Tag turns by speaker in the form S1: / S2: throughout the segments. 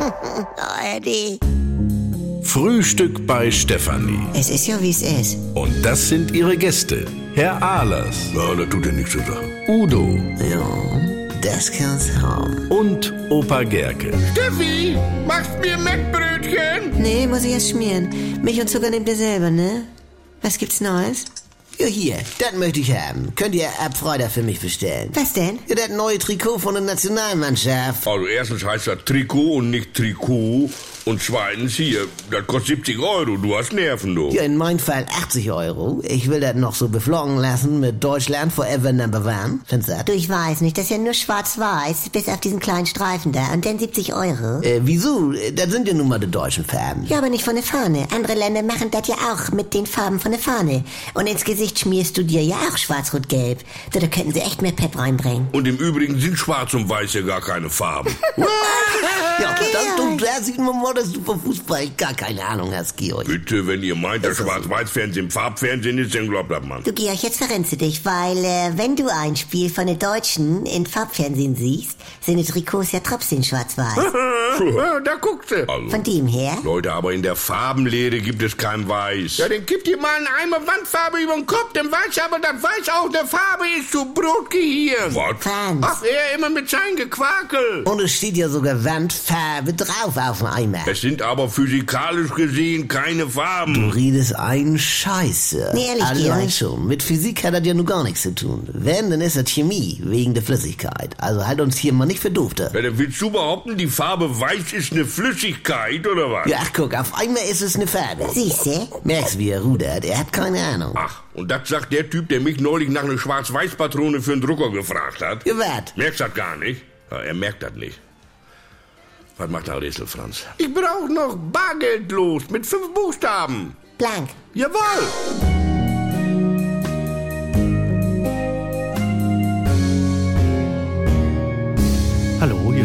S1: Oh, Eddie.
S2: Frühstück bei Stefanie.
S1: Es ist ja, wie es ist.
S2: Und das sind ihre Gäste. Herr Ahlers,
S3: Ja, das tut dir nichts zur Sache.
S2: Udo
S1: Ja, das kann's haben.
S2: und Opa Gerke.
S4: Steffi, machst mir Mettbrötchen?
S1: Nee, muss ich erst schmieren. Milch und Zucker nehmt ihr selber, ne? Was gibt's Neues?
S5: Ja, hier, das möchte ich haben. Könnt ihr ab Freude für mich bestellen.
S1: Was denn?
S5: Ja, das neue Trikot von der Nationalmannschaft.
S3: Also erstens heißt das Trikot und nicht Trikot. Und zweitens hier, das kostet 70 Euro. Du hast Nerven, du.
S5: Ja, in meinem Fall 80 Euro. Ich will das noch so beflogen lassen mit Deutschland Forever Number One. Findest du
S1: Du,
S5: das?
S1: ich weiß nicht. Das ist ja nur schwarz-weiß, bis auf diesen kleinen Streifen da. Und dann 70 Euro.
S5: Äh, wieso? Das sind ja nun mal die deutschen Farben.
S1: Ja, aber nicht von der Fahne. Andere Länder machen das ja auch mit den Farben von der Fahne. Und ins Gesicht schmierst du dir ja auch schwarz-rot-gelb. So, da könnten sie echt mehr Pep reinbringen.
S3: Und im Übrigen sind Schwarz und Weiß ja gar keine Farben.
S5: Ja, das, du, da sieht man mal, dass du vom Fußball gar keine Ahnung hast, Georg.
S3: Bitte, wenn ihr meint, dass Schwarz-Weiß-Fernsehen Farbfernsehen ist, dann glaubt das man.
S1: Du, Georg, jetzt verrennst du dich, weil äh, wenn du ein Spiel von den Deutschen in Farbfernsehen siehst, sind die Trikots ja trotzdem schwarz-weiß.
S3: Ja, da guckt sie. Also,
S1: Von dem her?
S3: Leute, aber in der Farbenlehre gibt es kein Weiß.
S4: Ja, dann gib dir mal einen Eimer Wandfarbe über den Kopf, dann weißt du aber, das weiß auch, der Farbe ist zu Brotgehirn.
S3: Was?
S1: Franz.
S4: Ach, er immer mit seinem Gequakel.
S5: Und es steht ja sogar Wandfarbe drauf auf dem Eimer.
S3: Es sind aber physikalisch gesehen keine
S5: Du
S3: Farben.
S5: redest einen Scheiße.
S1: Nee, ehrlich,
S5: Allein
S1: Georg.
S5: schon. Mit Physik hat das ja nur gar nichts zu tun. Wenn, dann ist das Chemie, wegen der Flüssigkeit. Also halt uns hier mal nicht für doof da.
S3: Ja, dann Äh, willst du behaupten, die Farbe Weiß ist eine Flüssigkeit, oder was?
S5: Ja, ach guck, auf einmal ist es eine Farbe.
S1: Siehste?
S5: Merkst, wie er rudert. Er hat keine Ahnung.
S3: Ach, und das sagt der Typ, der mich neulich nach einer Schwarz-Weiß-Patrone für einen Drucker gefragt hat.
S5: Gewährt.
S3: Merkst das gar nicht? Ja, er merkt das nicht. Was macht der Rätsel, Franz?
S4: Ich brauch noch Bargeld los mit fünf Buchstaben.
S1: Blank.
S4: Jawohl.
S6: Hallo, hier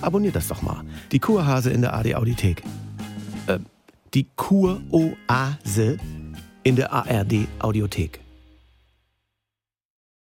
S6: Abonniert das doch mal. Die Kurhase in der AD Audiothek. Äh, die Kuroase in der ARD Audiothek.